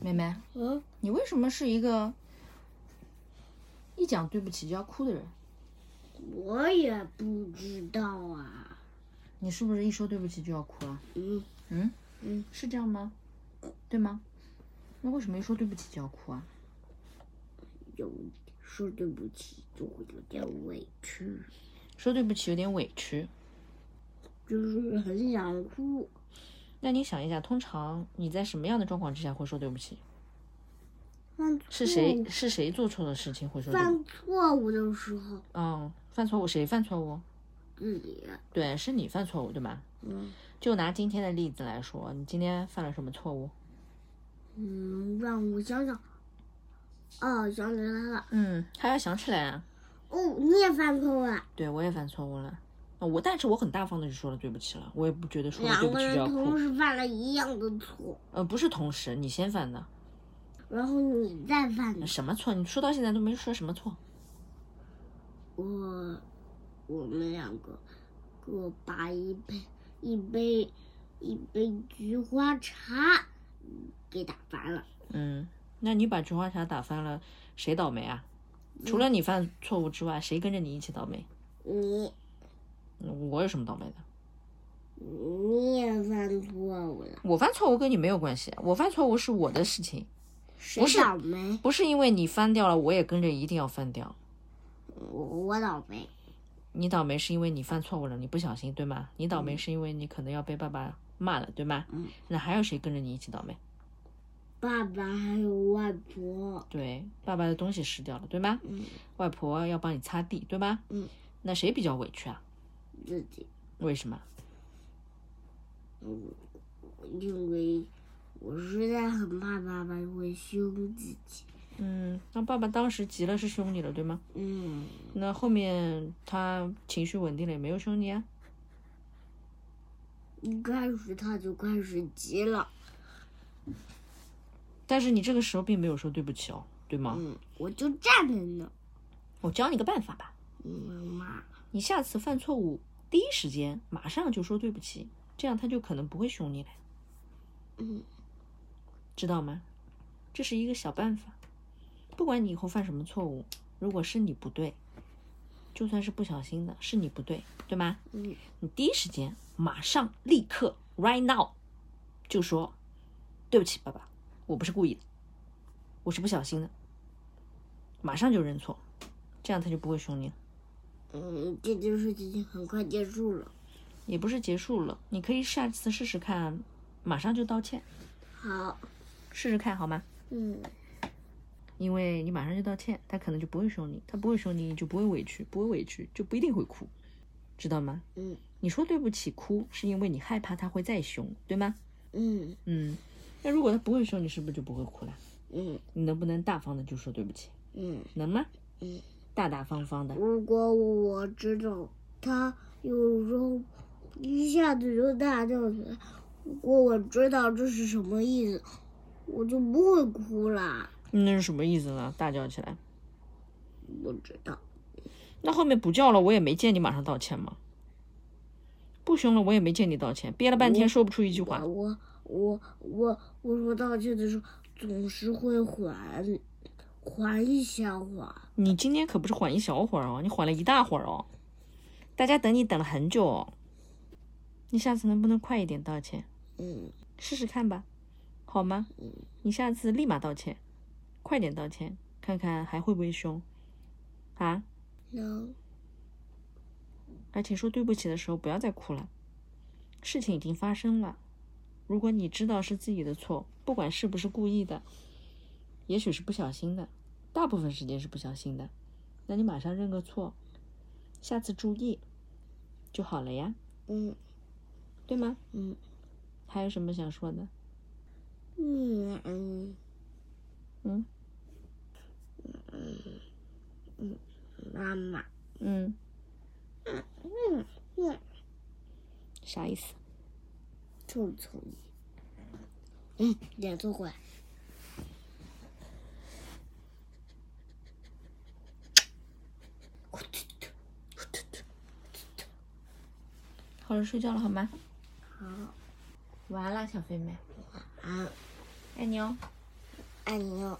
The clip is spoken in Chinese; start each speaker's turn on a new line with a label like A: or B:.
A: 妹妹，
B: 嗯，
A: 你为什么是一个一讲对不起就要哭的人？
B: 我也不知道啊。
A: 你是不是一说对不起就要哭了？
B: 嗯
A: 嗯
B: 嗯，
A: 是这样吗？对吗？那为什么一说对不起就要哭啊？
B: 有说对不起就会有点委屈，
A: 说对不起有点委屈。
B: 就是很想哭。
A: 那你想一下，通常你在什么样的状况之下会说对不起？
B: 犯错
A: 是谁是谁做错的事情会说对不起？
B: 犯错误的时候，
A: 嗯，犯错误谁犯错误？
B: 自己
A: 对，是你犯错误对吧？
B: 嗯
A: 就拿今天的例子来说，你今天犯了什么错误？
B: 嗯，让我想想。哦，想起来了，
A: 嗯，还要想起来啊。
B: 哦，你也犯错了。
A: 对我也犯错误了，呃我但是我很大方的就说了对不起了，我也不觉得说了对
B: 两
A: 不
B: 个
A: 起就
B: 人
A: 要
B: 同
A: 哭。
B: 时犯了一样的错，
A: 呃，不是同时，你先犯的，
B: 然后你再犯的。
A: 什么错？你说到现在都没说什么错。
B: 我我们两个给我拔一杯一杯一杯菊花茶给打翻了，
A: 嗯，那你把菊花茶打翻了，谁倒霉啊？除了你犯错误之外，谁跟着你一起倒霉？
B: 你
A: 嗯我有什么倒霉的？
B: 你也犯错误了，
A: 我犯错误跟你没有关系，我犯错误是我的事情，
B: 谁
A: 是
B: 倒霉？
A: 不是因为你翻掉了，我也跟着一定要翻掉。
B: 我我倒霉，
A: 你倒霉是因为你犯错误了，你不小心，对吗？你倒霉是因为你可能要被爸爸骂了，对吗？
B: 嗯
A: 那还有谁跟着你一起倒霉？
B: 爸爸还有外婆，
A: 对，爸爸的东西湿掉了，对吗？
B: 嗯，
A: 外婆要帮你擦地，对吧？
B: 嗯，
A: 那谁比较委屈啊？
B: 自己，
A: 为什么？
B: 嗯，因为我实在很怕爸爸会凶自己，
A: 嗯，那爸爸当时急了是凶你了，对吗？
B: 嗯，
A: 那后面他情绪稳定了也没有凶你啊？
B: 一开始他就开始急了。
A: 但是你这个时候并没有说对不起哦，对吗？
B: 嗯，我就站在那儿，
A: 我教你个办法吧，
B: 嗯妈，
A: 你下次犯错误第一时间马上就说对不起，这样他就可能不会凶你了，
B: 嗯，
A: 知道吗？这是一个小办法，不管你以后犯什么错误，如果是你不对，就算是不小心的，是你不对，对吗？
B: 嗯，
A: 你第一时间马上立刻 right now 就说对不起，爸爸，我不是故意的，我是不小心的，马上就认错，这样他就不会凶你了。
B: 嗯，这件事情很快结束了。
A: 也不是结束了，你可以下次试试看，马上就道歉，
B: 好，
A: 试试看好吗？
B: 嗯
A: 因为你马上就道歉，他可能就不会凶你，他不会凶你，你就不会委屈，不会委屈就不一定会哭，知道吗？
B: 嗯
A: 你说对不起哭，是因为你害怕他会再凶，对吗？
B: 嗯
A: 嗯，那如果他不会凶，你是不是就不会哭了？
B: 嗯
A: 你能不能大方的就说对不起？
B: 嗯。
A: 能吗？
B: 嗯，
A: 大大方方的。
B: 如果我知道他有时候一下子就大叫起来，如果我知道这是什么意思，我就不会哭啦。
A: 那是什么意思呢？大叫起来。
B: 我知道，
A: 那后面不叫了，我也没见你马上道歉嘛。不凶了，我也没见你道歉，憋了半天说不出一句话
B: 我。我我我我说道歉的时候总是会缓缓一小会儿。
A: 你今天可不是缓一小会儿哦，你缓了一大会儿哦，大家等你等了很久哦。你下次能不能快一点道歉？
B: 嗯
A: 试试看吧，好吗？你下次立马道歉，快点道歉，看看还会不会凶啊？，
B: 能，
A: 而且说对不起的时候不要再哭了，事情已经发生了。如果你知道是自己的错，不管是不是故意的，也许是不小心的，大部分时间是不小心的，那你马上认个错，下次注意就好了呀，
B: 嗯
A: 对吗？
B: 嗯
A: 还有什么想说的？
B: 嗯嗯
A: 嗯
B: 嗯，妈妈，
A: 嗯，
B: 嗯嗯，
A: 啥意思？
B: 臭虫，嗯，脸凑过来，
A: 好了，睡觉了好吗？
B: 好，
A: 晚安啦，小飞妹，
B: 啊，
A: 爱你哦。
B: 嗯爱你哦。